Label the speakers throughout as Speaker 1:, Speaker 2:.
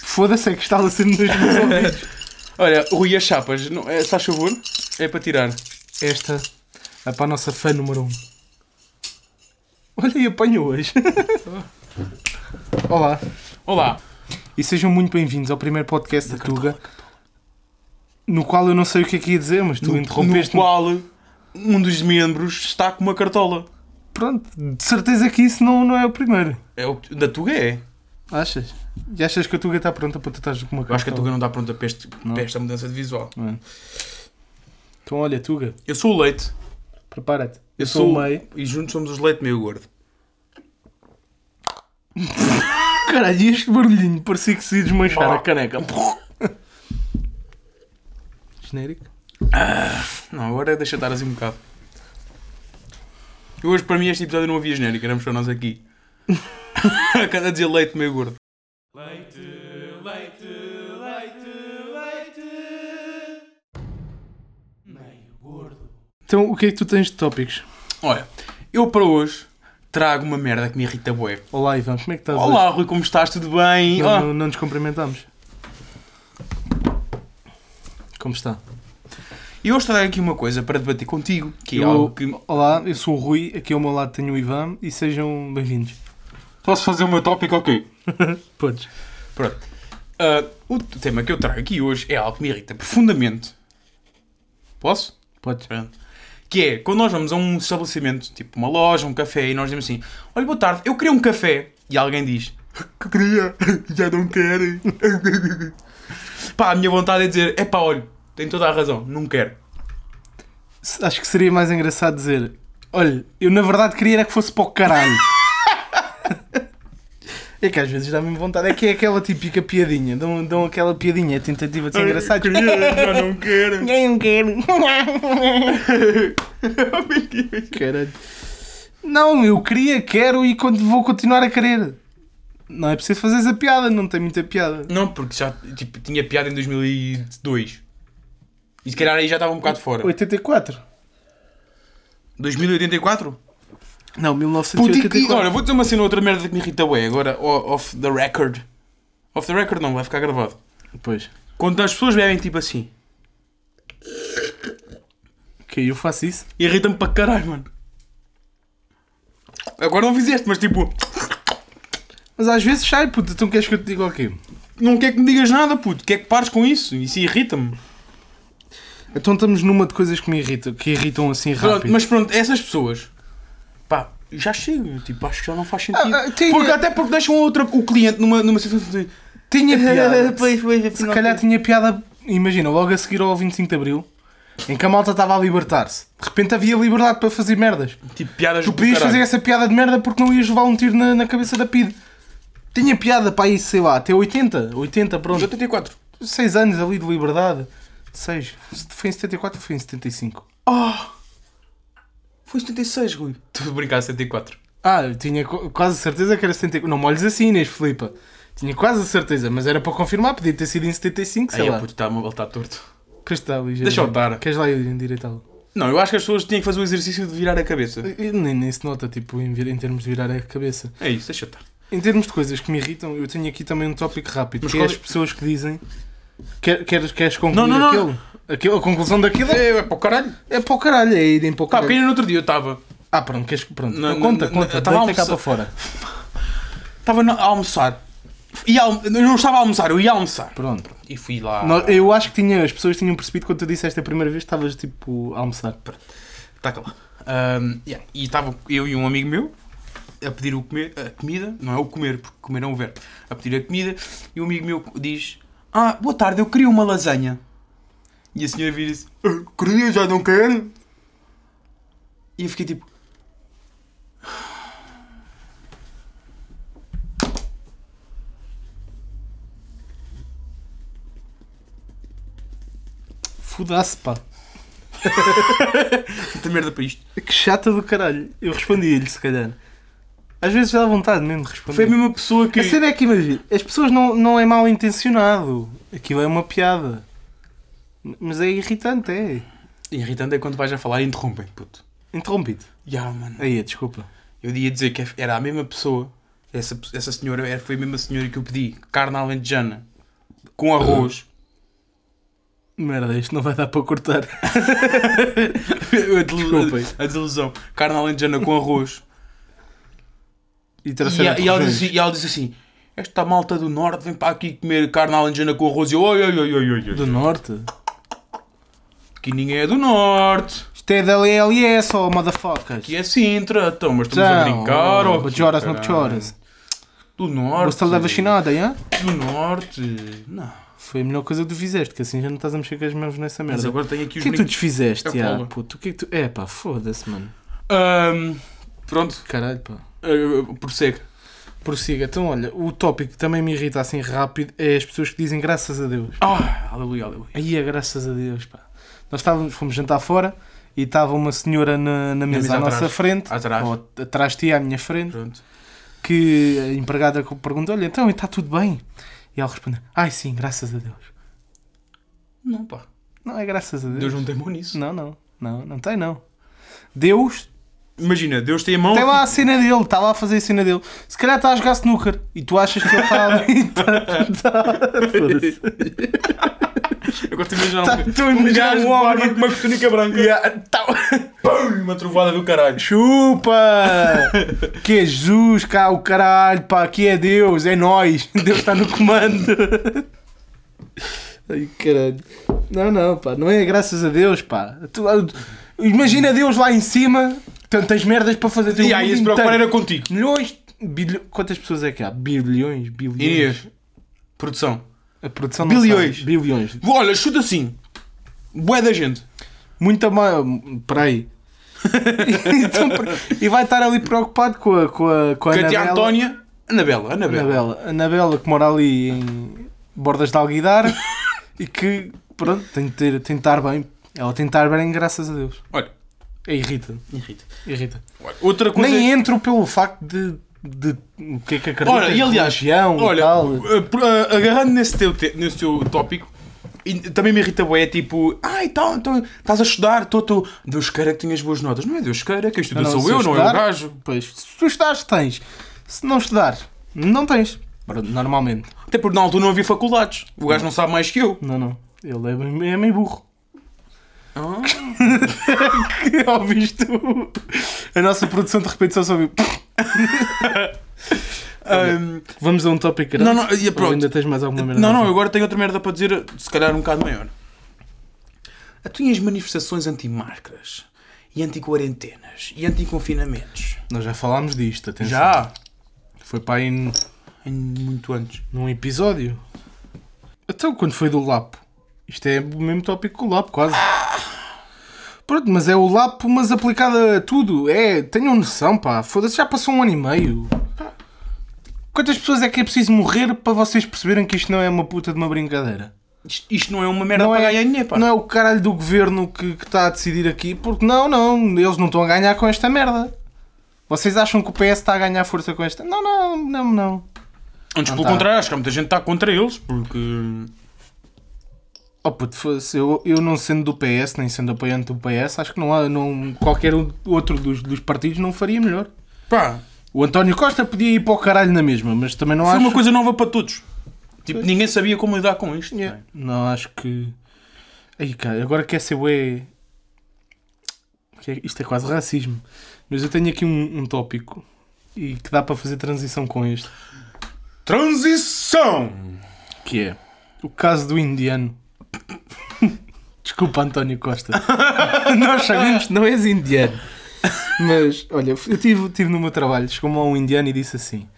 Speaker 1: Foda-se, é que instala-se nos meus ouvidos.
Speaker 2: Olha, Rui, as chapas, não, é, se faz favor, é para tirar.
Speaker 1: Esta é para a nossa fã número 1. Um. Olha, e apanho hoje. Olá,
Speaker 2: Olá,
Speaker 1: e sejam muito bem-vindos ao primeiro podcast da Tuga. No qual eu não sei o que é que ia dizer, mas tu
Speaker 2: no
Speaker 1: interrompeste-me.
Speaker 2: qual um dos membros está com uma cartola.
Speaker 1: Pronto, de certeza que isso não, não é o primeiro.
Speaker 2: É o que- da Tuga é.
Speaker 1: Achas? E achas que a Tuga está pronta para tu estás com uma
Speaker 2: Eu acho que a
Speaker 1: cartola?
Speaker 2: Tuga não está pronta para, este- para esta mudança de visual.
Speaker 1: Então olha, Tuga,
Speaker 2: Eu sou o leite.
Speaker 1: prepara-te. Eu sou o meio.
Speaker 2: E juntos somos os leite meio gordo.
Speaker 1: Caralho, e este barulhinho? Parecia que se ia desmanchar a caneca. Genérico?
Speaker 2: Não, agora deixa estar assim um bocado. Eu hoje, para mim, este episódio não havia genérico, éramos só nós aqui. Cada dizer leite meio gordo.
Speaker 1: Então, o que é que tu tens de tópicos?
Speaker 2: Olha, eu para hoje trago uma merda que me irrita bué.
Speaker 1: Olá, Ivan, como é que estás
Speaker 2: Olá, Rui, como estás? Tudo bem?
Speaker 1: hoje?
Speaker 2: Ah,
Speaker 1: Não, não, não nos cumprimentamos. Como está?
Speaker 2: E hoje trago aqui uma coisa para debater contigo, que é
Speaker 1: Eu-
Speaker 2: algo que...
Speaker 1: Olá, eu sou o Rui, aqui ao meu lado tenho o Ivan e sejam bem-vindos.
Speaker 2: Posso fazer o meu tópico ok?
Speaker 1: Podes.
Speaker 2: Pronto. Ah, o t- tema que eu trago aqui hoje é algo que me irrita profundamente. Posso?
Speaker 1: Podes.
Speaker 2: Pronto. Que é, quando nós vamos a um estabelecimento, tipo uma loja, um café, e nós dizemos assim, olha, boa tarde, eu queria um café. E alguém diz, que queria, já não quero. pá, a minha vontade é dizer, é pá, olha, tem toda a razão, não quero.
Speaker 1: Se- Acho que seria mais engraçado dizer: Olha, eu na verdade queria era que fosse para o caralho. É que às vezes dá-me vontade. É que é aquela típica piadinha. Dão, dão aquela piadinha, a tentativa
Speaker 2: É
Speaker 1: de ser engraçado.
Speaker 2: já não quero.
Speaker 1: Ninguém não quero. Caralho. Não, eu queria, quero e con- vou continuar a querer. Não é preciso fazer essa piada, não tem muita piada.
Speaker 2: Não, porque já tipo, tinha piada em 2002. E se calhar aí já estava um bocado fora.
Speaker 1: 84?
Speaker 2: 2084?
Speaker 1: Não,
Speaker 2: Puta que...
Speaker 1: 1984.
Speaker 2: Olha, vou dizer uma cena outra merda que me irrita ué, agora o- off the record. Off the record não, vai ficar gravado.
Speaker 1: Pois.
Speaker 2: Quando as pessoas bebem tipo assim,
Speaker 1: Ok, eu faço isso.
Speaker 2: irrita-me para caralho, mano. Agora não fizeste, mas tipo,
Speaker 1: Mas às vezes sai, puto. Então queres que eu te diga o quê?
Speaker 2: não quer que me digas nada, puto. Quer que pares com isso? Isso irrita-me.
Speaker 1: Então estamos numa de coisas que me irritam, que irritam assim
Speaker 2: Pronto,
Speaker 1: rápido.
Speaker 2: mas pronto, essas pessoas, pá, já chega, tipo, acho que já não faz sentido.
Speaker 1: Ah, ah, tem-
Speaker 2: Porque até porque deixam outra, o cliente numa, numa situação assim, de.
Speaker 1: tinha piada.
Speaker 2: Pois, pois,
Speaker 1: Se
Speaker 2: afinal-
Speaker 1: calhar tinha piada, imagina, logo a seguir ao 25 de Abril, em que a malta estava a libertar-se. De repente havia liberdade para fazer merdas.
Speaker 2: Tipo, piadas
Speaker 1: Tu
Speaker 2: do
Speaker 1: podias
Speaker 2: caralho.
Speaker 1: fazer essa piada de merda porque não ias levar um tiro na, na cabeça da PID. Tinha piada para aí, sei lá, até 80, 80,
Speaker 2: Os
Speaker 1: pronto.
Speaker 2: 84.
Speaker 1: 6 anos ali de liberdade. 6. Foi em 74 ou foi em 75?
Speaker 2: Oh! Foi 76, Rui. Estou a brincar, 74.
Speaker 1: Ah, eu tinha co- quase certeza que era 74. Não me olhes assim, Inês Filipa. Tinha quase certeza, mas era para confirmar, podia ter sido em 75, sei
Speaker 2: Aí,
Speaker 1: lá.
Speaker 2: a puto, está, ele está torto.
Speaker 1: Pois está, Luís.
Speaker 2: Deixa eu dar.
Speaker 1: Queres lá eu endireitá-lo?
Speaker 2: Não, eu acho que as pessoas tinham que fazer o exercício de virar a cabeça.
Speaker 1: Eu Nem, nem se nota, tipo, em, vir- em termos de virar a cabeça.
Speaker 2: É isso, deixa estar.
Speaker 1: Em termos de coisas que me irritam, eu tenho aqui também um tópico rápido,
Speaker 2: Mas
Speaker 1: que é
Speaker 2: qual é-
Speaker 1: as pessoas que dizem... Quer, queres, queres concluir
Speaker 2: Não, não, não.
Speaker 1: aquilo? Aquilo- A conclusão daquilo é,
Speaker 2: É, é para o caralho.
Speaker 1: é para o caralho, é irem para o
Speaker 2: Pá,
Speaker 1: caralho.
Speaker 2: porque ainda Tá, no outro dia eu estava.
Speaker 1: Ah, pronto, queres, pronto.
Speaker 2: Não, não,
Speaker 1: conta,
Speaker 2: não,
Speaker 1: conta,
Speaker 2: eu tava a
Speaker 1: deita cá
Speaker 2: almoçar.
Speaker 1: para fora.
Speaker 2: Estava no- a almoçar. E al... Eu não estava a almoçar, eu ia almoçar.
Speaker 1: Pronto.
Speaker 2: E fui lá.
Speaker 1: Nós- Eu acho que tinha, as pessoas tinham percebido quando tu disseste a primeira vez que estavas, tipo, a almoçar.
Speaker 2: Tá calado. Ahm, yeah, E estava eu e um amigo meu a pedir o comer, a comida, não é o comer, porque comer é um verbo, a pedir a comida, e um amigo meu diz: Ah, boa tarde, eu queria uma lasanha. E a senhora vira-se: "Ah, Queria, já não quero. E eu fiquei tipo:
Speaker 1: Foda-se, pá.
Speaker 2: Puta merda para isto.
Speaker 1: Que chata do caralho. Eu respondi-lhe, se calhar. Às vezes dá vontade mesmo de responder.
Speaker 2: Foi a mesma pessoa que.
Speaker 1: A cena é que imagina, as pessoas não, não é mal intencionado. Aquilo é uma piada. Mas é irritante, é.
Speaker 2: Irritante é quando vais a falar e interrompem, puto.
Speaker 1: Interrompido.
Speaker 2: Ya, mano.
Speaker 1: Aí, é, desculpa.
Speaker 2: Eu ia dizer que era a mesma pessoa Essa, essa senhora era- foi a mesma senhora que eu pedi carne alentejana com arroz.
Speaker 1: Merda, isto não vai dar para cortar.
Speaker 2: a, delu-
Speaker 1: Desculpem.
Speaker 2: a desilusão. Carne alentejana com arroz.
Speaker 1: E
Speaker 2: E,
Speaker 1: trouxeram
Speaker 2: a- e ela
Speaker 1: torrões.
Speaker 2: disse, e ela disse assim: Esta malta do norte vem para aqui comer carne alentejana com arroz. E eu, oi, oi, oi, oi, oi, oi.
Speaker 1: Do norte?
Speaker 2: Que ninguém é do norte.
Speaker 1: Isto é da LLS, oh motherfuckers.
Speaker 2: Que é Sintra. Então, mas estamos a brincar.
Speaker 1: oh,
Speaker 2: ou quê,
Speaker 1: Bajoras, não
Speaker 2: caralho?
Speaker 1: choras.
Speaker 2: Do norte.
Speaker 1: Gosta da vacinada, hein?
Speaker 2: Do norte. Não.
Speaker 1: Foi a melhor coisa que tu fizeste, que assim já não estás a mexer com as mãos nessa
Speaker 2: Mas
Speaker 1: merda.
Speaker 2: agora tenho
Speaker 1: O
Speaker 2: aqui os
Speaker 1: que é que tu
Speaker 2: brinquedos.
Speaker 1: desfizeste,
Speaker 2: É
Speaker 1: já,
Speaker 2: cola.
Speaker 1: puto? O que é que tu... É pá, foda-se, mano.
Speaker 2: Ahm, pronto,
Speaker 1: Caralho, pá.
Speaker 2: uh, prossegue.
Speaker 1: Prossiga. Então, olha, o tópico que também me irrita assim rápido é as pessoas que dizem graças a Deus.
Speaker 2: Ah, aleluia, aleluia.
Speaker 1: Aí é graças a Deus, pá. Nós estávamos, fomos jantar fora e estava uma senhora na, na mesa
Speaker 2: mesa
Speaker 1: à nossa
Speaker 2: atrás.
Speaker 1: frente,
Speaker 2: Atrás.
Speaker 1: ou atrás de ti à minha frente,
Speaker 2: Pronto.
Speaker 1: que a empregada perguntou olha, então, e está tudo bem? E ela respondeu, ai sim, graças a Deus.
Speaker 2: Não, pá.
Speaker 1: Não é graças a Deus.
Speaker 2: Deus não tem mão nisso.
Speaker 1: Não, não, não, não tem não. Deus
Speaker 2: Imagina, Deus tem a mão.
Speaker 1: tem lá a cena dele, está lá a fazer a cena dele. Se calhar está a jogar snooker e tu achas que ele está ali. Foda-se.
Speaker 2: Agora te imaginar
Speaker 1: Tá,
Speaker 2: um,
Speaker 1: tu
Speaker 2: um
Speaker 1: imaginas
Speaker 2: gajo
Speaker 1: um
Speaker 2: um homem
Speaker 1: homem.
Speaker 2: com uma túnica branca. Pum, uma trovada do caralho.
Speaker 1: Chupa! Que é Jesus, cá o caralho, pá, aqui é Deus, é nós, Deus está no comando. Ai caralho. Não, não, pá, não é graças a Deus, pá. Tu- ah, imagina Deus lá em cima, tantas merdas para fazer teu
Speaker 2: E aí,
Speaker 1: mundo
Speaker 2: se preocupar
Speaker 1: um inteiro.
Speaker 2: era é contigo.
Speaker 1: Milhões, bilho- quantas pessoas é que há? Bilhões, bilhões.
Speaker 2: Inês, produção.
Speaker 1: A produção não
Speaker 2: Bilhões.
Speaker 1: sabe. Bilhões.
Speaker 2: Olha, chuta assim. Bué da gente.
Speaker 1: Muita mais. Peraí. Então, per- e vai estar ali preocupado com a, com a, com a
Speaker 2: Katia
Speaker 1: Anabela.
Speaker 2: é Antónia. Anabela, Anabela.
Speaker 1: Anabela. Anabela que mora ali em Bordas de Alguidar e que, pronto, tem de, ter, tem de estar bem. Ela tem de estar bem, graças a Deus.
Speaker 2: Olha,
Speaker 1: É irrita. é
Speaker 2: irrita.
Speaker 1: Irrita.
Speaker 2: Olha, Outra coisa. é
Speaker 1: Nem entro pelo facto de. de o que é que acredita?
Speaker 2: Ora, e aliás,
Speaker 1: religião e
Speaker 2: olha,
Speaker 1: tal.
Speaker 2: uh, por- uh, agarrando nesse teu, te- nesse teu tópico, e também me irrita bué, é tipo, ah, então, então estás a estudar, tô, tô. Deus queira que tenhas boas notas. Não é Deus queira, quem estuda sou
Speaker 1: se
Speaker 2: eu, não é o
Speaker 1: estudar,
Speaker 2: gajo.
Speaker 1: Pois, se tu estudares, tens. Se não estudares, não tens. Pronto, Normalmente.
Speaker 2: Até porque na altura não havia faculdades. O gajo não sabe mais que eu.
Speaker 1: Não, não. Ele é bem- é meio burro.
Speaker 2: Ah.
Speaker 1: que ouviste o- a nossa produção de repente só soube.
Speaker 2: Ahm,
Speaker 1: Vamos a um tópico grande.
Speaker 2: Não, não, e
Speaker 1: Ou
Speaker 2: pronto.
Speaker 1: ainda tens mais alguma merda?
Speaker 2: não,
Speaker 1: a
Speaker 2: não,
Speaker 1: dizer?
Speaker 2: eu agora tenho outra merda para dizer, se calhar um bocado maior. Ah, Tu tinhas manifestações anti-máscaras, e anti-quarentenas, e anti-confinamentos.
Speaker 1: Nós já falámos disto, atenção.
Speaker 2: Já?
Speaker 1: Foi para aí n-
Speaker 2: Em- Muito antes.
Speaker 1: num episódio. Então, quando foi do Lapo? Isto é o mesmo tópico que o Lapo, quase. Pronto, mas é o Lapo, mas aplicado a tudo. É, tenham noção, pá. Foda-se, já passou um ano e meio. Pá. Quantas pessoas é que é preciso morrer para vocês perceberem que isto não é uma puta de uma brincadeira?
Speaker 2: Isto, isto não é uma merda para ganhar dinheiro, pá.
Speaker 1: não é o caralho do governo que que está a decidir aqui, porque não, não, eles não estão a ganhar com esta merda. Vocês acham que o PS está a ganhar força com esta? Não, não, não, não.
Speaker 2: Antes,
Speaker 1: Não
Speaker 2: pelo
Speaker 1: tá.
Speaker 2: contrário, acho que há muita gente que está contra eles, porque.
Speaker 1: Oh puto, foda-se, eu, eu não sendo do PS, nem sendo apoiante do PS, acho que não há, não, qualquer um- outro dos, dos partidos não faria melhor.
Speaker 2: Pá,
Speaker 1: O António Costa podia ir para o caralho na mesma, mas também não
Speaker 2: foi
Speaker 1: acho...
Speaker 2: uma coisa nova para todos. Tipo, ninguém sabia como lidar com isto.
Speaker 1: Yeah.
Speaker 2: não é?
Speaker 1: Não, acho que... Aí, cara, agora quer ser bué... que é- Isto é quase racismo. Mas eu tenho aqui um, um tópico e que dá para fazer transição com este.
Speaker 2: Transição!
Speaker 1: Que é o caso do indiano. Desculpa, António Costa. Nós sabemos que não és indiano. Mas, olha, eu tive, tive no meu trabalho, chegou-me lá um indiano e disse assim: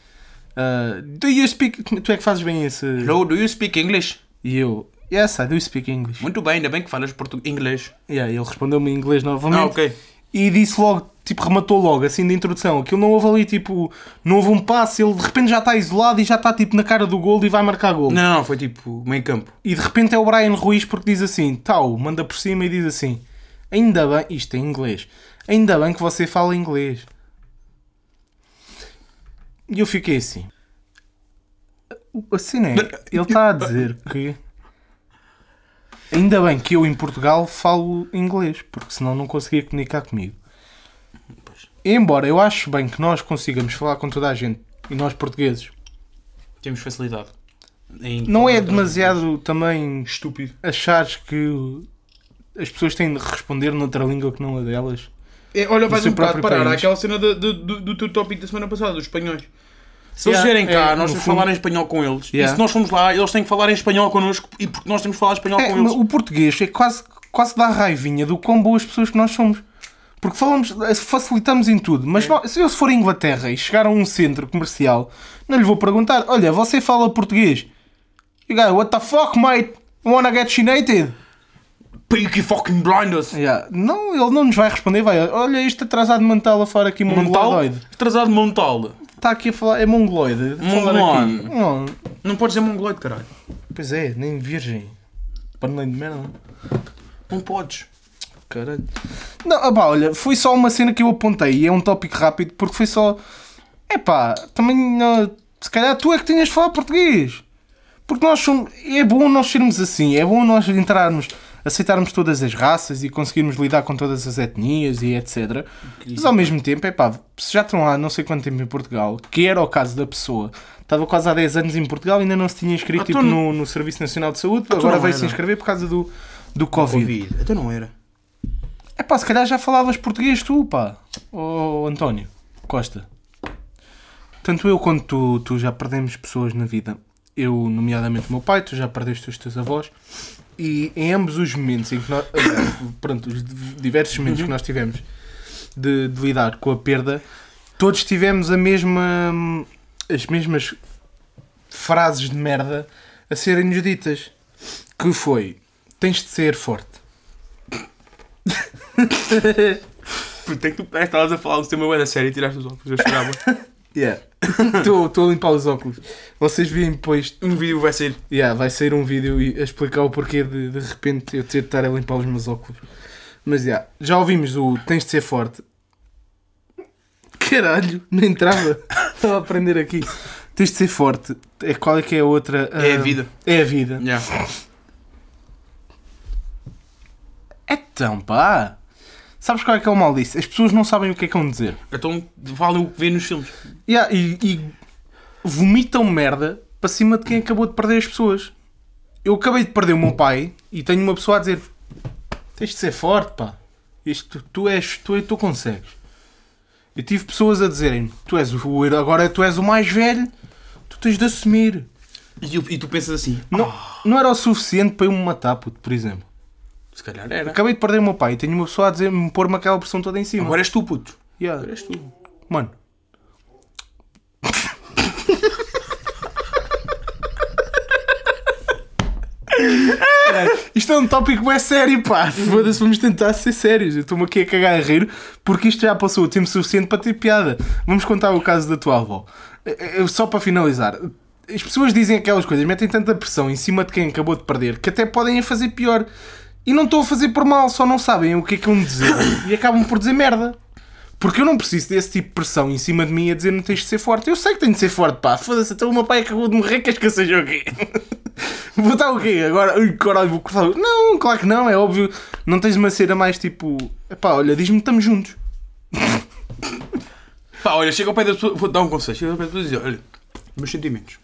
Speaker 1: ah, Do you speak. Tu é que fazes bem esse.
Speaker 2: Hello, do you speak English?
Speaker 1: E eu, Yes, I do speak English.
Speaker 2: Muito bem, ainda bem que falas portu- inglês.
Speaker 1: Yeah, ele respondeu-me em inglês novamente.
Speaker 2: Ah, ok.
Speaker 1: E disse logo, tipo, rematou logo, assim, de introdução. Aquilo não houve ali, tipo, não houve um passe. Ele de repente já está isolado e já está, tipo, na cara do gol e vai marcar gol.
Speaker 2: Não, não, foi tipo meio campo.
Speaker 1: E de repente é o Brian Ruiz porque diz assim: tal, manda por cima e diz assim: ainda bem, isto é inglês, ainda bem que você fala inglês. E eu fiquei assim: a cena é, ele está a dizer que ainda bem que eu em Portugal falo inglês, porque senão não conseguia comunicar comigo. Embora eu acho bem que nós consigamos falar com toda a gente E nós portugueses.
Speaker 2: Temos facilidade. em
Speaker 1: Não é
Speaker 2: falar de outras
Speaker 1: demasiado também
Speaker 2: coisas. Estúpido.
Speaker 1: achares que as pessoas têm de responder noutra língua que não a delas?
Speaker 3: É, olha, vais
Speaker 1: seu
Speaker 3: um bocado
Speaker 1: próprio
Speaker 3: parar
Speaker 1: país.
Speaker 3: àquela cena do, do- do- do teu tópico da semana passada, dos espanhóis.
Speaker 2: Se eles
Speaker 1: Yeah,
Speaker 2: vierem cá,
Speaker 1: é, no
Speaker 2: nós temos que
Speaker 1: fundo.
Speaker 2: falar em espanhol com eles. E
Speaker 1: Yeah.
Speaker 2: se nós formos lá, eles têm que falar em espanhol connosco e porque nós temos que falar espanhol
Speaker 1: É,
Speaker 2: com
Speaker 1: mas
Speaker 2: eles.
Speaker 1: o português é quase, quase dá raivinha do quão boas pessoas que nós somos. Porque falamos, facilitamos em tudo. Mas nós- se eu for à Inglaterra e chegar a um centro comercial, não lhe vou perguntar: olha, você fala português? You go, what the fuck, mate? Wanna get chinated?
Speaker 2: Peaky fucking
Speaker 3: É,
Speaker 2: blinders!
Speaker 1: Yeah. Não, ele não nos vai responder. Vai, olha, este atrasado mental a falar aqui
Speaker 3: é
Speaker 2: Montal?
Speaker 1: mongoloide.
Speaker 2: Atrasado montal.
Speaker 1: Está aqui a falar, é mongoloide. a falar
Speaker 2: Mongoloide.
Speaker 1: aqui. Não,
Speaker 2: Não podes dizer mongoloide, caralho.
Speaker 1: pois é, nem virgem. Panelém de merda.
Speaker 2: Não podes.
Speaker 1: Caralho. Não, ah pá, olha, foi só uma cena que eu apontei e é um tópico rápido porque foi só. É pá, também. ah, se calhar tu é que tinhas de falar português. Porque nós somos. É bom nós sermos assim, é bom nós entrarmos, aceitarmos todas as raças e conseguirmos lidar com todas as etnias e etc. Mas ao mesmo tempo, é pá, se já estão há não sei quanto tempo em Portugal, que era o caso da pessoa, estava quase há 10 anos em Portugal e ainda não se tinha inscrito
Speaker 2: Ah, tu
Speaker 1: tipo, no,
Speaker 2: não-
Speaker 1: no Serviço Nacional de Saúde,
Speaker 2: tu
Speaker 1: agora
Speaker 2: não
Speaker 1: vai se
Speaker 2: era.
Speaker 1: inscrever por causa do, do Covid.
Speaker 2: Covid. Até não era.
Speaker 1: É pá, se calhar já falavas português tu, pá. Ô António Costa. Tanto eu quanto tu, tu já perdemos pessoas na vida. Eu, nomeadamente o meu pai, tu já perdeste os teus avós. E em ambos os momentos em que nós. eh, pronto, os diversos momentos que nós tivemos de, de lidar com a perda, todos tivemos a mesma. as mesmas frases de merda a serem-nos ditas. Que foi: tens de ser forte.
Speaker 2: Porque tu parece é que estavas a falar do tema bem da série e tiraste os óculos. Eu chorava.
Speaker 1: Yeah. Estou a limpar os óculos. Vocês veem depois.
Speaker 2: um vídeo vai ser.
Speaker 1: Yeah, vai sair um vídeo e- a explicar o porquê de de repente eu ter de estar a limpar os meus óculos. Mas yeah, já ouvimos o tens de ser forte. Caralho, não entrava. Estava a aprender aqui. Tens de ser forte. É, qual é que é a outra?
Speaker 2: É a
Speaker 1: Ah,
Speaker 2: vida.
Speaker 1: É a vida.
Speaker 2: Yeah.
Speaker 1: Então pá. Sabes qual é que é o maldice? As pessoas não sabem o que é que vão dizer.
Speaker 2: Então vale o que vê nos filmes.
Speaker 1: Yeah, e, e vomitam merda para cima de quem acabou de perder as pessoas. Eu acabei de perder o meu pai e tenho uma pessoa a dizer: tens de ser forte, pá. Isto, tu és, tu, tu consegues. Eu tive pessoas a dizerem: tu és o agora tu és o mais velho, tu tens de assumir.
Speaker 2: E, tu- e tu pensas assim.
Speaker 1: Não, não era o suficiente para eu me matar, puto, por exemplo.
Speaker 2: Se calhar era.
Speaker 1: Acabei de perder o meu pai e tenho uma pessoa a dizer me pôr-me aquela pressão toda em cima.
Speaker 2: Agora és tu, puto.
Speaker 1: Yeah.
Speaker 2: És tu.
Speaker 1: Mano. Caralho, Isto é um tópico é sério, pá. Foda-se, vamos tentar ser sérios. Eu estou-me aqui a cagar a rir porque isto já passou o tempo suficiente para ter piada. Vamos contar o caso da tua avó. Eh, eh, Só para finalizar, as pessoas dizem aquelas coisas, metem tanta pressão em cima de quem acabou de perder que até podem a fazer pior. E não estou a fazer por mal, só não sabem o que é que é um dizer e acabam por dizer merda. Porque eu não preciso desse tipo de pressão em cima de mim a dizer não tens de ser forte. Eu sei que tenho de ser forte, pá. Foda-se, até o meu pai acabou de morrer, queres que eu seja o quê? vou estar o quê? Agora, ui, caralho, vou cortar. o- Não, claro que não, é óbvio. Não tens uma cena mais tipo. Pá, olha, diz-me que estamos juntos.
Speaker 2: Pá, olha, chega ao pé da pessoa. Vou dar um conselho. Chega ao pé da pessoa e dizer: olha, meus sentimentos.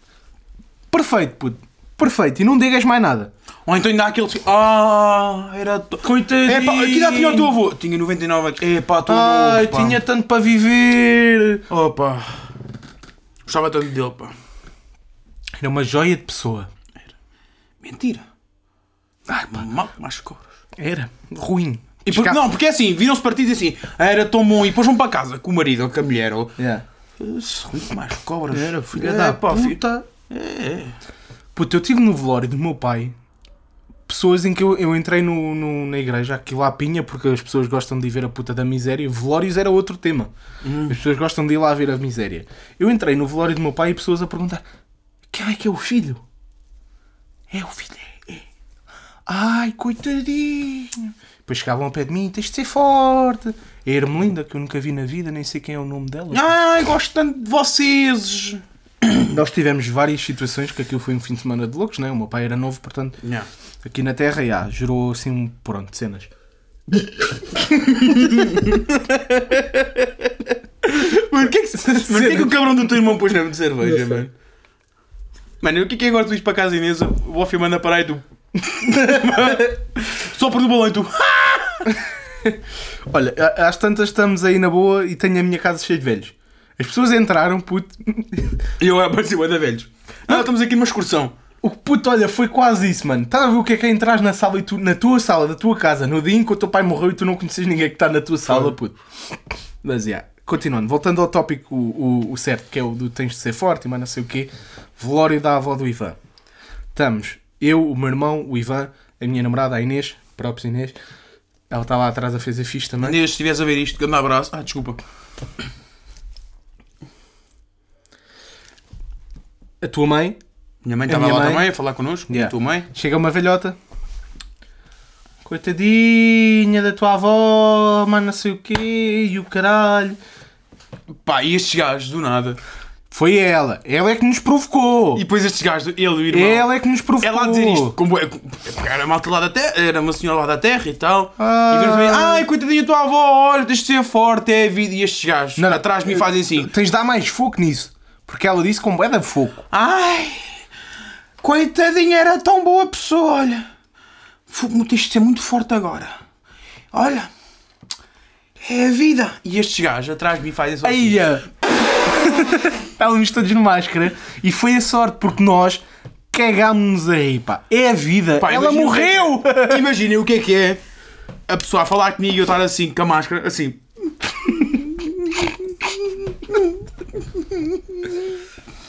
Speaker 1: Perfeito, puto. Perfeito. E não digas mais nada.
Speaker 2: Ou então ainda há aquele. que- Ah, era. To...
Speaker 1: Coitadinho.
Speaker 2: É pá, que idade tinha o teu avô? Tinha 99 anos. É pá, tu.
Speaker 1: Ai, tinha tanto para viver.
Speaker 2: Opa. Gostava tanto dele, pá.
Speaker 1: Era uma joia de pessoa.
Speaker 2: Mentira. Ai, pá. Mal que mais cobras.
Speaker 1: Era. Ruim.
Speaker 2: E porque,
Speaker 1: Esca-
Speaker 2: não, porque é assim, viram-se partidos assim, "Ah, era tão bom, e depois vão para casa com o marido ou com a mulher, ou.
Speaker 1: Yeah.
Speaker 2: Muito mais cobras.
Speaker 1: Era filha
Speaker 2: É,
Speaker 1: da
Speaker 2: pá, filho-
Speaker 1: puta.
Speaker 2: É, é.
Speaker 1: Puta, eu tive no velório do meu pai pessoas em que eu, eu entrei no, no- na igreja, aqui lá à pinha, porque as pessoas gostam de ir ver a puta da miséria. Velórios era outro tema.
Speaker 2: Hum.
Speaker 1: As pessoas gostam de ir lá ver a miséria. Eu entrei no velório do meu pai e pessoas a perguntar: quem é que é o filho? É o filho, é. é. Ai, coitadinho. Depois chegavam ao pé de mim: tens de ser forte. É A Ermelinda, que eu nunca vi na vida, nem sei quem é o nome dela.
Speaker 2: Ai, gosto tanto de vocês.
Speaker 1: Nós tivemos várias situações, que aquilo foi um fim de semana de loucos, né? O meu pai era novo, portanto
Speaker 2: Não.
Speaker 1: aqui na Terra, já, gerou assim, um, pronto, cenas.
Speaker 2: Mano, Porquê
Speaker 1: é
Speaker 2: que, se- mas porquê que o cabrão do teu irmão pôs nome de cerveja,
Speaker 1: Não sei.
Speaker 2: mano? Mano, e o que é que agora tu ires para casa Inês? O Offi manda parar e tu. Só por do balão e tu.
Speaker 1: Olha, a- às tantas estamos aí na boa e tenho a minha casa cheia de velhos. As pessoas entraram, puto.
Speaker 2: E eu apareci o da velhos. Não, estamos aqui numa excursão.
Speaker 1: O que puto, olha, foi quase isso, mano. Estás a ver o que é que é entrar na sala e tu, na tua sala, da tua casa, no dia em que o teu pai morreu e tu não conheces ninguém que está na tua sala, puto. Mas, yeah. Continuando, voltando ao tópico o, o certo, que é o do tens de ser forte, mas não sei o quê. Velório da avó do Ivan. Estamos, eu, o meu irmão, o Ivan, a minha namorada, a Inês, próprio Inês. Ela está lá atrás a fazer fixe também.
Speaker 2: Inês, se estiveres a ver isto, grande abraço. Ah, desculpa.
Speaker 1: A tua mãe,
Speaker 2: Minha mãe estava
Speaker 1: minha
Speaker 2: lá
Speaker 1: mãe.
Speaker 2: também a falar connosco.
Speaker 1: Yeah.
Speaker 2: A tua mãe.
Speaker 1: Chega uma velhota. Coitadinha da tua avó, mas não sei o quê, e o caralho.
Speaker 2: Pá, e estes gajos do nada.
Speaker 1: Foi ela. Ela é que nos provocou.
Speaker 2: E depois estes gajos, ele e o irmão.
Speaker 1: Ela é que nos provocou.
Speaker 2: Ela a dizer isto, como é- porque era malta lá da terra, era uma senhora lá da terra e tal.
Speaker 1: Ah.
Speaker 2: E vemos bem, ai coitadinha tua avó, olha, tens de ser forte, é a vida. E estes gajos
Speaker 1: Não, não,
Speaker 2: atrás de mim fazem assim,
Speaker 1: Tens de dar mais foco nisso. Porque ela disse com bué de foco.
Speaker 2: ai coitadinha, era tão boa pessoa, olha, Fu- tens de ser muito forte agora, olha, é a vida. E estes gajos atrás de mim fazem só assim.
Speaker 1: Eia! Estávamos todos no máscara. E foi a sorte, porque nós cagámos-nos a rir, pá. É a vida.
Speaker 2: Pá,
Speaker 1: ela
Speaker 2: imagina o que é que-
Speaker 1: morreu!
Speaker 2: Imaginem o que é que é a pessoa a falar comigo e eu estar assim, com a máscara, assim.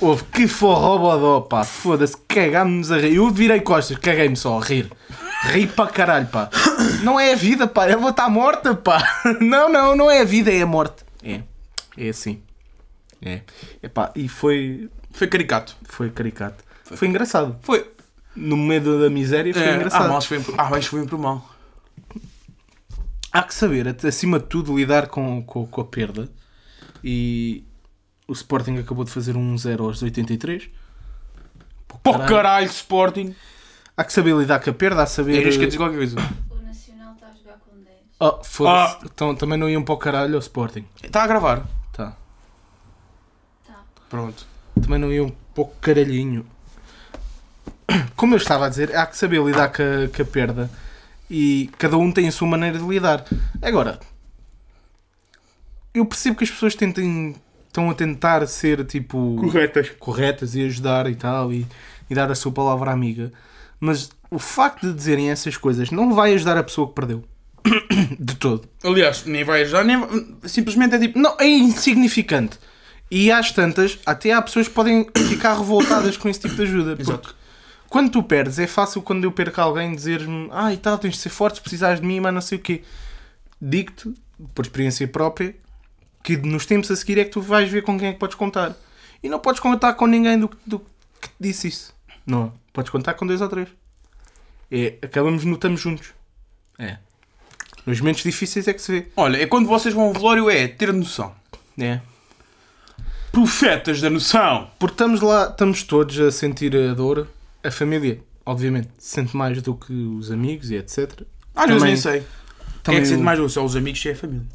Speaker 1: Houve que forró bodó, pá. Foda-se, cagámos-nos a rir. Eu virei costas, caguei-me só a rir. Ri para caralho, pá. Não é a vida, pá. Eu vou estar morta, pá. Não, não, não é a vida, é a morte. É. É assim. É. Epá, e foi.
Speaker 2: Foi caricato.
Speaker 1: Foi caricato. Foi engraçado.
Speaker 2: Foi.
Speaker 1: No medo da miséria foi
Speaker 2: É, há
Speaker 1: engraçado.
Speaker 2: males que vêm por- há males que vêm por mal.
Speaker 1: Há que saber, até- acima de tudo, lidar com, com, com a perda. E o Sporting acabou de fazer um 0 aos 83.
Speaker 2: Pô, caralho, Sporting!
Speaker 1: Há que saber lidar com a perda, há que saber.
Speaker 2: Eres quer dizer É, qualquer coisa?
Speaker 4: O Nacional está a jogar com 10.
Speaker 1: Oh, foda-se. Então, também não iam para o caralho ao Sporting.
Speaker 2: Está a gravar.
Speaker 1: Tá.
Speaker 4: Tá.
Speaker 2: Pronto.
Speaker 1: Também não iam para o caralhinho. Como eu estava a dizer, há que saber lidar com a, com a perda. E cada um tem a sua maneira de lidar. Agora, eu percebo que as pessoas tentem, estão a tentar ser tipo.
Speaker 3: Corretas.
Speaker 1: corretas e ajudar e tal e, e dar a sua palavra amiga. Mas o facto de dizerem essas coisas não vai ajudar a pessoa que perdeu. De todo.
Speaker 3: Aliás, nem vai ajudar, nem vai...
Speaker 2: Simplesmente é tipo.
Speaker 1: Não, é insignificante. E às tantas, até há pessoas que podem ficar revoltadas com esse tipo de ajuda. Porque
Speaker 2: Exato.
Speaker 1: quando tu perdes, é fácil quando eu perco alguém dizer-me ah e tal, tens de ser forte, se precisares de mim, mas não sei o quê. Digo-te, por experiência própria, que nos tempos a seguir é que tu vais ver com quem é que podes contar. E não podes contar com ninguém do, do que te disse isso. Não. é? Podes contar com dois ou três. É, acabamos no estamos juntos. É. Nos momentos difíceis é que se
Speaker 2: Olha, é quando vocês vão ao velório é ter noção.
Speaker 1: vê. É.
Speaker 2: Profetas da noção!
Speaker 1: Porque estamos lá, estamos todos a sentir a dor. A família, obviamente, sente mais do que os amigos e etc.
Speaker 2: Às vezes
Speaker 1: Também-
Speaker 2: nem sei. Quem é
Speaker 1: também
Speaker 2: que sente
Speaker 1: o-
Speaker 2: mais ou só os amigos é a família.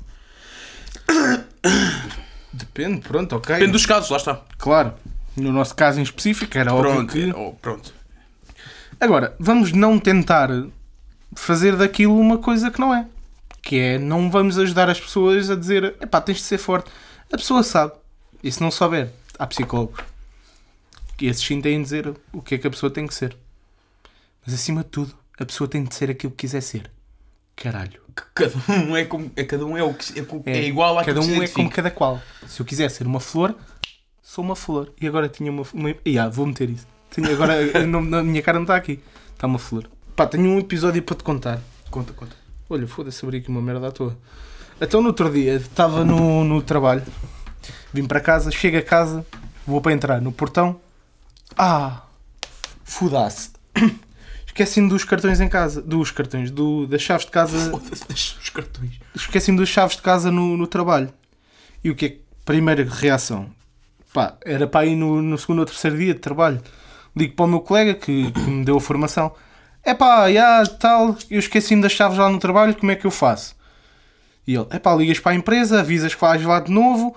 Speaker 1: Depende, pronto, ok.
Speaker 2: Depende dos casos, lá está.
Speaker 1: Claro. No nosso caso em específico, era óbvio
Speaker 2: Pronto.
Speaker 1: que...
Speaker 2: Oh, pronto.
Speaker 1: Agora, vamos não tentar fazer daquilo uma coisa que não é. Que é, não vamos ajudar as pessoas a dizer epá, tens de ser forte. A pessoa sabe. E se não souber, há psicólogos. E esses sim têm de dizer o que é que a pessoa tem que ser. Mas acima de tudo, a pessoa tem de ser aquilo que quiser ser. Caralho.
Speaker 2: C- Cada um é como. É, cada um é, o que, se- é, co- é
Speaker 1: É,
Speaker 2: igual a
Speaker 1: Cada um é como cada qual. Se eu quiser ser uma flor, sou uma flor. E agora tinha uma. uma... Ya, vou meter isso. Tenho- agora não- na minha cara não está aqui. Está uma flor. Pá, tenho um episódio para te contar.
Speaker 2: Conta, conta.
Speaker 1: Olha, foda-se, abri aqui uma merda à toa. Então, no outro dia, estava no, no trabalho, vim para casa, chego a casa, vou para entrar no portão. Ah! Foda-se! Esqueci-me dos cartões em casa. Dos cartões, do, das chaves de casa
Speaker 2: Foda-se, deixa os cartões.
Speaker 1: esqueci-me das chaves de casa no, no trabalho. E o que é que. Primeira reação. Pá, era para ir no, no segundo ou terceiro dia de trabalho. Ligo para o meu colega que, que me deu a formação. É pá, já tal, eu esqueci-me das chaves lá no trabalho, como é que eu faço? E ele, é pá, ligas para a empresa, avisas que vais lá de novo,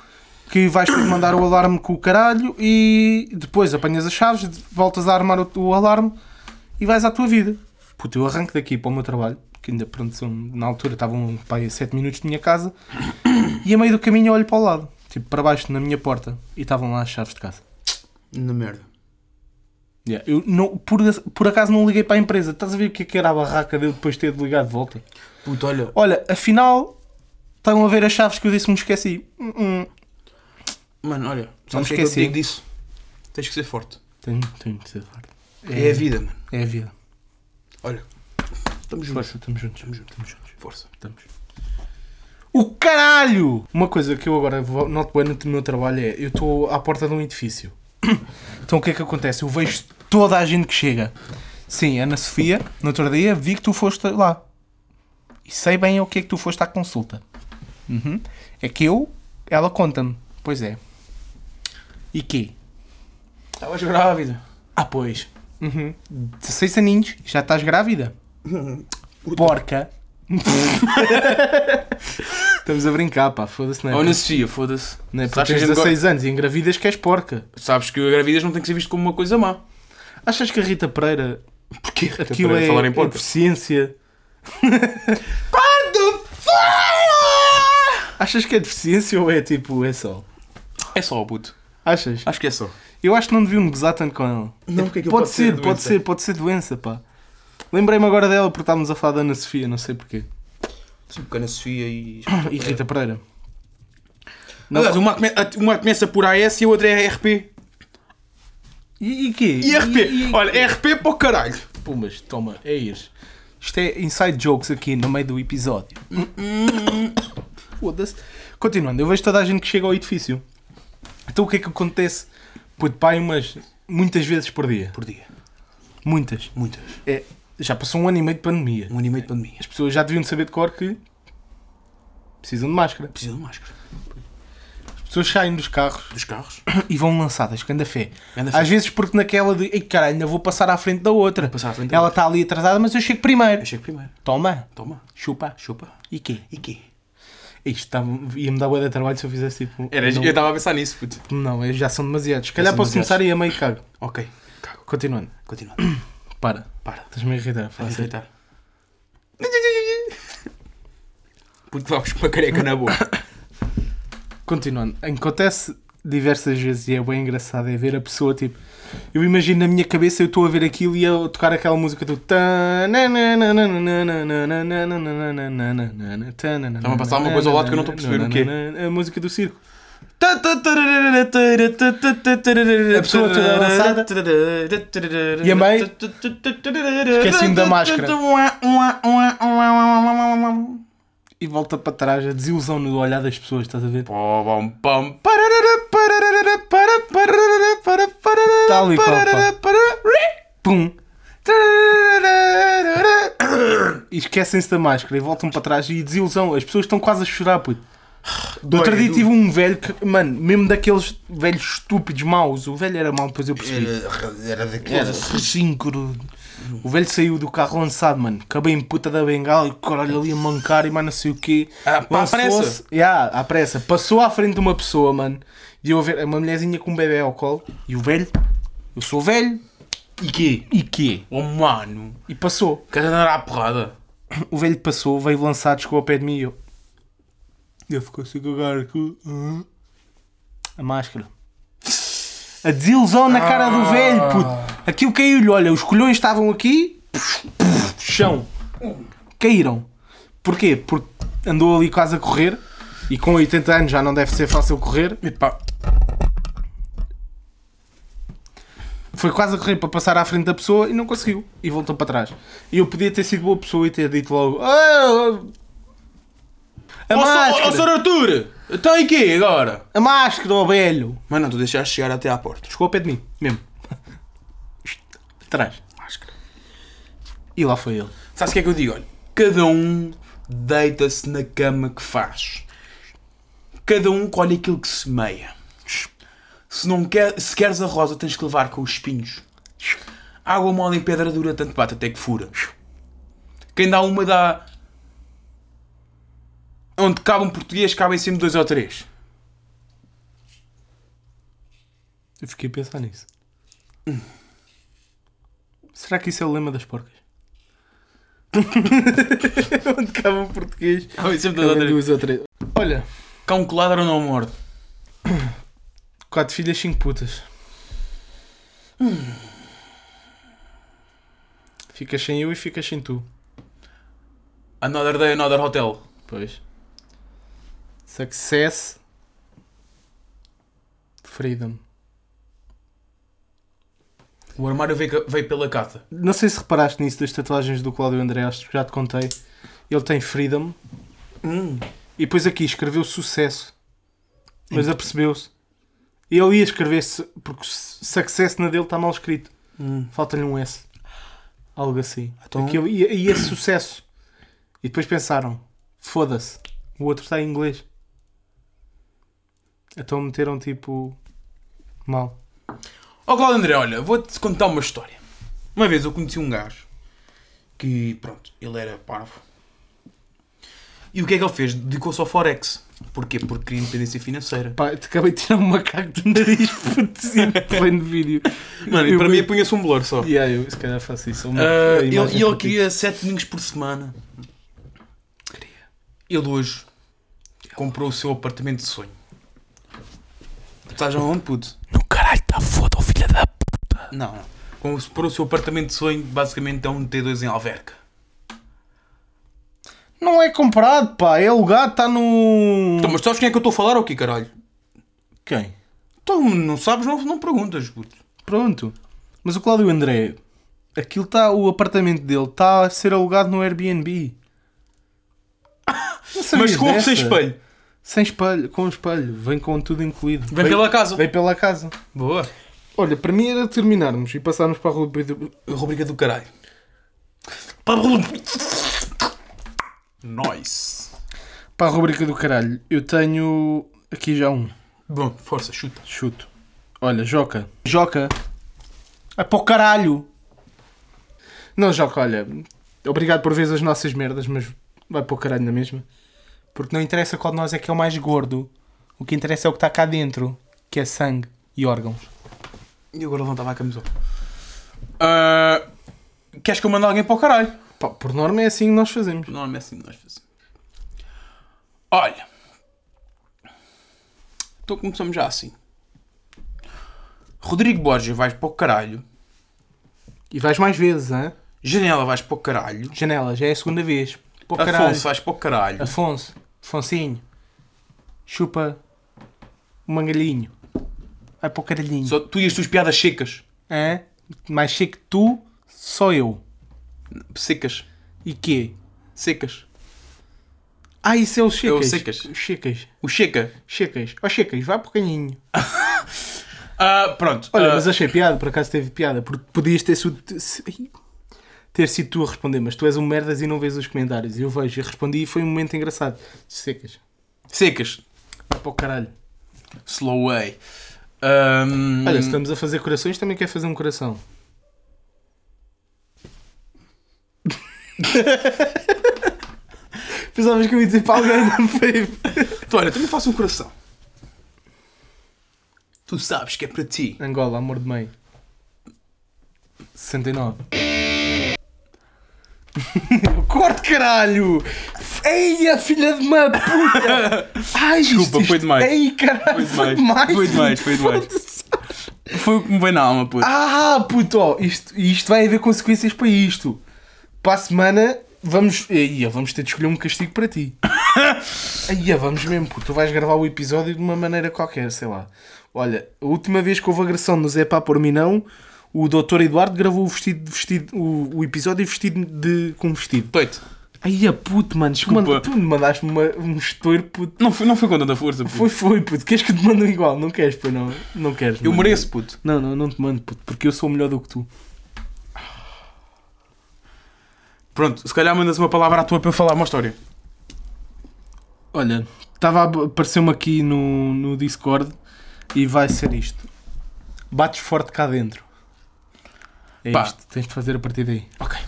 Speaker 1: que vais ter que mandar o alarme com o caralho e depois apanhas as chaves, voltas a armar o, o alarme e vais à tua vida. Puto, eu arranco daqui para o meu trabalho, que ainda pronto, são- na altura estavam pai, a 7 minutos de minha casa, e a meio do caminho olho para o lado, tipo para baixo, na minha porta, e estavam lá as chaves de casa.
Speaker 2: Na merda.
Speaker 1: Yeah, Eu não, por, por acaso não liguei para a empresa. Estás a ver o que, é que era a barraca de eu depois ter de ligado de volta?
Speaker 2: Puto, olha.
Speaker 1: Olha, afinal, estão a ver as chaves que eu disse que me esqueci. Hum, hum.
Speaker 2: Mano, olha.
Speaker 1: Não me
Speaker 2: Sabes o que é que eu te
Speaker 1: esqueci.
Speaker 2: digo disso? Tens que ser forte.
Speaker 1: Tenho, tenho de ser forte.
Speaker 2: É, a vida, mano.
Speaker 1: É a vida.
Speaker 2: Olha. Estamos juntos.
Speaker 1: Força, estamos juntos. Estamos juntos. Estamos juntos.
Speaker 2: Força.
Speaker 1: Estamos. O caralho! Uma coisa que eu agora vou- noto bem no meu trabalho é: eu estou à porta de um edifício. Então o que é que acontece? Eu vejo toda a gente que chega. Sim, Ana Sofia, no outro dia vi que tu foste lá. E sei bem o que é que tu foste à consulta. Uhum. É que eu, ela conta-me. Pois é. E quê?
Speaker 2: Estavas grávida.
Speaker 1: Ah, pois. Uhum. 16 aninhos, já estás grávida? Porca. Estamos a brincar, pá, foda-se, não é?
Speaker 2: Oh, Ana Sofia, foda-se.
Speaker 1: Não é
Speaker 2: Sabes
Speaker 1: porque
Speaker 2: que a
Speaker 1: tens
Speaker 2: gente
Speaker 1: 16 anos e engravidas que és porca.
Speaker 2: go- Sabes que a gravidez não tem que ser visto como uma coisa má.
Speaker 1: Achas que a Rita Pereira. Porque aquilo
Speaker 2: Pereira
Speaker 1: é
Speaker 2: falar em porca?
Speaker 1: deficiência? Achas que é deficiência ou é tipo, é só?
Speaker 2: É só, puto.
Speaker 1: Achas?
Speaker 2: Acho que é só.
Speaker 1: Eu acho que não deviam gozar tanto com ela.
Speaker 3: Não, porque aquilo
Speaker 1: pode,
Speaker 3: pode
Speaker 1: ser,
Speaker 3: ser
Speaker 1: pode
Speaker 3: doença.
Speaker 1: ser, pode ser doença, pá. Lembrei-me agora dela porque estávamos a falar da Ana Sofia, não sei porquê.
Speaker 2: Sim, porque a Ana Sofia e.
Speaker 1: E Rita Pereira. Não.
Speaker 2: Aliás, uma, come- a- uma começa por AS e a outra é RP.
Speaker 1: E, e quê?
Speaker 2: E RP.
Speaker 1: E, e...
Speaker 2: Olha, RP para o caralho.
Speaker 1: Pumas, toma, é isso. Isto é inside jokes aqui no meio do episódio. Foda-se. Continuando, eu vejo toda a gente que chega ao edifício. Então o que é que acontece? Puto, pai, umas muitas vezes por dia.
Speaker 2: Por dia.
Speaker 1: Muitas.
Speaker 2: Muitas.
Speaker 1: É, já passou um ano e meio de pandemia.
Speaker 2: Um ano e meio de pandemia.
Speaker 1: As pessoas já deviam de saber de cor que precisam de máscara.
Speaker 2: Precisa de máscara.
Speaker 1: As pessoas saem dos carros
Speaker 2: Dos carros.
Speaker 1: e vão lançadas, canda fé.
Speaker 2: Ganda fé.
Speaker 1: Às vezes porque naquela de, ei caralho, ainda vou passar à frente da outra.
Speaker 2: passar à frente da
Speaker 1: Ela está ali atrasada, mas eu chego primeiro.
Speaker 2: Eu chego primeiro.
Speaker 1: Toma,
Speaker 2: Toma.
Speaker 1: chupa.
Speaker 2: Chupa.
Speaker 1: E quê?
Speaker 2: E quê?
Speaker 1: Isto tá- ia-me dar boa de trabalho se eu fizesse tipo...
Speaker 2: Era,
Speaker 1: não,
Speaker 2: eu estava a pensar nisso, puto.
Speaker 1: não, eu já são demasiados. Se calhar
Speaker 2: são
Speaker 1: posso
Speaker 2: demasiados.
Speaker 1: começar aí a meio cago.
Speaker 2: Ok.
Speaker 1: Continuando.
Speaker 2: Continua.
Speaker 1: Para.
Speaker 2: Para.
Speaker 1: Estás-me a irritar. fala
Speaker 2: Vais
Speaker 1: sério.
Speaker 2: aceitar. Puto, vamos para careca na boca.
Speaker 1: Continuando. Acontece diversas vezes e é bem engraçado é ver a pessoa tipo... Eu imagino na minha cabeça eu estou a ver aquilo e a tocar aquela música do... Estava
Speaker 2: Estava a passar uma coisa ao lado que eu não estou a perceber o que
Speaker 1: é. A música do circo. A pessoa toda avançada. E a mãe? Esqueci-me da máscara. e volta para trás, a desilusão no olhar das pessoas, estás a ver?
Speaker 2: Pó, bom, pom, pá.
Speaker 1: Tal e qual, pá. Pum. E esquecem-se da máscara e voltam para trás e desilusão, as pessoas estão quase a chorar, puto. Do outro dia tive um velho que, mano, mesmo daqueles velhos estúpidos maus, o velho era mau, depois eu percebi.
Speaker 2: Era
Speaker 1: Era
Speaker 2: daqueles.
Speaker 1: síncro. O velho saiu do carro lançado, mano. Acabei em puta da bengala e caralho ali a mancar e mais não sei o quê.
Speaker 2: Ah, pá, à
Speaker 1: Lançou-se-
Speaker 2: pressa.
Speaker 1: Ya, à pressa. Passou à frente de uma pessoa, mano. E eu a ver uma mulherzinha com um bebê ao colo. E o velho, eu sou velho.
Speaker 2: E quê?
Speaker 1: E quê?
Speaker 2: Oh, mano.
Speaker 1: E passou.
Speaker 2: Queres andar à porrada?
Speaker 1: O velho passou, veio lançado, chegou ao pé de mim e eu. Eu ficou assim com o cara que- Hã? A máscara. A desilusão na cara do velho, puto. Aquilo caiu-lhe, olha, os colhões estavam aqui. Chão. Caíram. Porquê? Porque andou ali quase a correr. E com 80 anos já não deve ser fácil correr.
Speaker 2: Epá.
Speaker 1: Foi quase a correr para passar à frente da pessoa e não conseguiu. E voltou para trás. E eu podia ter sido boa pessoa e ter dito logo. "Ah, a
Speaker 2: Ó,
Speaker 1: máscara!
Speaker 2: Sr. ó, Sr. Arthur! Então e quê agora?
Speaker 1: A máscara, ó velho!
Speaker 2: Mano, tu deixaste chegar até à porta.
Speaker 1: Chegou ao pé de mim, mesmo. Atrás.
Speaker 2: Máscara.
Speaker 1: E lá foi ele.
Speaker 2: Sabes o que é que eu digo? Olha, cada um deita-se na cama que faz. Cada um colhe aquilo que semeia. Se, não quer, se queres a rosa, tens que levar com os espinhos. Água mole em pedra dura, tanto bate até que fura. Quem dá uma dá. Onde cabe um português, cabem sempre dois ou três.
Speaker 1: Eu fiquei a pensar nisso. Será que isso é o lema das porcas? Onde cabe um português?
Speaker 2: Ah, isso é muito
Speaker 1: Cabem
Speaker 2: outra.
Speaker 1: duas ou três. Olha,
Speaker 2: Cão que ladra não morde.
Speaker 1: quatro filhas, cinco putas. Ficas sem eu e ficas sem tu.
Speaker 2: Another day, another hotel.
Speaker 1: Pois. Success. Freedom.
Speaker 2: O armário veio, ca- veio pela cata.
Speaker 1: Não sei se reparaste nisso das tatuagens do Cláudio André, acho que já te contei. Ele tem Freedom e depois aqui escreveu sucesso. Mas apercebeu-se. Ele ia escrever su- porque su- success na dele está mal escrito. Falta-lhe um S. Algo assim.
Speaker 2: Então-
Speaker 1: Aquilo, e, e esse sucesso. E depois pensaram: foda-se, o outro está em inglês. Então meteram tipo. mal.
Speaker 2: Ó Cláudio André, olha, vou-te contar uma história. Uma vez eu conheci um gajo que, pronto, ele era parvo. E o que é que ele fez? Dedicou-se ao Forex. Porquê? Porque queria independência financeira.
Speaker 1: Pá, eu te acabei de tirar um macaco do nariz putezinho pleno vídeo.
Speaker 2: Mano, e
Speaker 1: Eu-
Speaker 2: para mim apunha-se um blur só.
Speaker 1: E aí, é eu se calhar faço isso. uma-
Speaker 2: Ah,
Speaker 1: a
Speaker 2: ele,
Speaker 1: imagem
Speaker 2: e
Speaker 1: que
Speaker 2: ele
Speaker 1: eu
Speaker 2: queria 7 domingos por semana. Ele hoje comprou o seu apartamento de sonho. Estás aonde, puto?
Speaker 5: No caralho
Speaker 1: tá
Speaker 5: da foda, oh filha da p.
Speaker 2: Não, não. Comprou o seu apartamento de sonho, basicamente é um T2 em Alverca.
Speaker 1: tive. Não é comprado, pá. É alugado, está no.
Speaker 2: Então, mas sabes quem é que eu estou a falar ou o quê, caralho?
Speaker 1: Quem?
Speaker 2: Então, não sabes, não, não perguntas, puto.
Speaker 1: Pronto. Mas o Cláudio André, aquilo está. O apartamento dele está a ser alugado no Airbnb. Não sabias
Speaker 2: Mas com o
Speaker 1: dessa?
Speaker 2: seu espelho.
Speaker 1: Sem espelho, com um espelho. Vem com tudo incluído.
Speaker 2: Vem pela casa.
Speaker 1: Vem pela casa.
Speaker 2: Boa.
Speaker 1: Olha, para mim era terminarmos e passarmos para a rubrica do-
Speaker 2: Rubrica do caralho. Nice.
Speaker 1: para a rubrica do caralho. Eu tenho aqui já um.
Speaker 2: Bom, força, chuta.
Speaker 1: Chuto. Olha, Joca. Joca. É para o caralho. Não, Joca, olha. Obrigado por veres as nossas merdas, mas vai para o caralho na mesma. Porque não interessa qual de nós é que é o mais gordo. O que interessa é o que está cá dentro, que é sangue e órgãos.
Speaker 2: E agora levantava a camisola. Ah, queres que eu mande alguém para o caralho?
Speaker 1: Pá, por norma é assim que nós fazemos.
Speaker 2: Normalmente é assim que nós fazemos. Olha. Então começamos já assim. Rodrigo Borges vais para o caralho.
Speaker 1: E vais mais vezes, hã?
Speaker 2: Janela vais para o caralho.
Speaker 1: Janela, já é a segunda vez. Pô, caralho.
Speaker 2: Afonso vais para o caralho.
Speaker 1: Afonso. Afonsinho. Chupa o mangalhinho. Vai para o caralhinho.
Speaker 2: Só tu e as tuas piadas secas.
Speaker 1: Hã? Mais sei que tu, só eu.
Speaker 2: Secas.
Speaker 1: E quê?
Speaker 2: Secas.
Speaker 1: Ah, isso é o Checas.
Speaker 2: o Secas.
Speaker 1: Os Checas.
Speaker 2: O Checa.
Speaker 1: Checas. Ó Checas, vai pro caninho.
Speaker 2: Ah, pronto.
Speaker 1: Olha,
Speaker 2: Ah,
Speaker 1: mas achei piada, por acaso teve piada, porque podias ter sido... se- ai, Ter sido tu a responder, mas tu és um merdas e não vês os comentários. Eu vejo e respondi e foi um momento engraçado. Secas.
Speaker 2: Secas.
Speaker 1: Vai para o caralho.
Speaker 2: Slow way. Ahm,
Speaker 1: Olha, se estamos a fazer corações, também quer fazer um coração. Pensavas que eu ia dizer para alguém, não foi?
Speaker 2: Então, olha, também faço um coração. Tu sabes que é para ti.
Speaker 1: Angola, amor de mãe. 69. Corte caralho! Ei, a filha de uma puta! Ai,
Speaker 2: Desculpa,
Speaker 1: isto-
Speaker 2: foi demais.
Speaker 1: Ei, caralho,
Speaker 2: Foi
Speaker 1: foi
Speaker 2: demais.
Speaker 1: demais!
Speaker 2: Foi demais, foi demais.
Speaker 1: Foda-se.
Speaker 2: Foi o que me veio na alma, puto.
Speaker 1: Ah, puto, ó, isto, isto vai haver consequências para isto. Para a semana vamos. Ia, vamos ter de escolher um castigo para ti. Ia, vamos mesmo, puto. Tu vais gravar o episódio de uma maneira qualquer, sei lá. Olha, a última vez que houve agressão no Zé Pá por mim não, o Dr. Eduardo gravou o vestido, vestido o, o episódio vestido de, com vestido.
Speaker 2: Doito.
Speaker 1: Ai, a puto, mano, tu
Speaker 2: Desculpa.
Speaker 1: manda- tu me mandaste uma- um estouro, puto.
Speaker 2: Não foi, não foi com tanta força, puto.
Speaker 1: Foi, foi, puto. Queres que eu te mande um igual? Não queres, pois não. Não queres.
Speaker 2: Eu
Speaker 1: mano.
Speaker 2: mereço, puto.
Speaker 1: Não, não, não te mando, puto, porque eu sou melhor do que tu.
Speaker 2: Pronto, se calhar mandas uma palavra à tua para eu falar uma história.
Speaker 1: Olha, estava a apareceu-me aqui no, no Discord e vai ser isto. Bates forte cá dentro. É
Speaker 2: Pá.
Speaker 1: isto, tens de fazer a partir daí.
Speaker 2: Ok.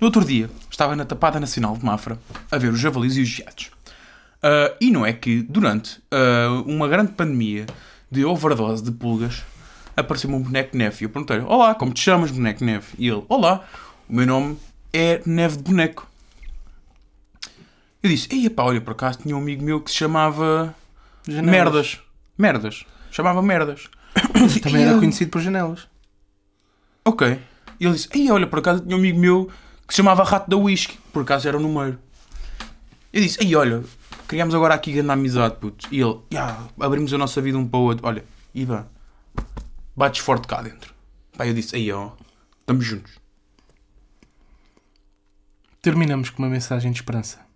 Speaker 2: No outro dia, estava na Tapada Nacional de Mafra a ver os javalis e os jatos. Ah, e não é que, durante ah, uma grande pandemia de overdose de pulgas, apareceu-me um boneco neve. E eu perguntei-lhe: Olá, como te chamas, boneco neve? E ele: Olá, o meu nome é Neve de Boneco. Eu disse: Ei, pá, olha, por acaso tinha um amigo meu que se chamava
Speaker 1: Janelas.
Speaker 2: Merdas. Merdas. Chamava Merdas.
Speaker 1: Também
Speaker 2: E
Speaker 1: era
Speaker 2: eu-
Speaker 1: conhecido por janelas.
Speaker 2: Ok. E ele disse: Ei, olha, por acaso tinha um amigo meu que se chamava Rato da Whisky. Por acaso era o número. Eu disse: Ei, olha, criámos agora aqui grande amizade, puto. E ele: "Ya, abrimos a nossa vida um para o outro. Olha, Ivan, bates forte cá dentro. Pá, eu disse: Ei, ó, estamos juntos.
Speaker 1: Terminamos com uma mensagem de esperança.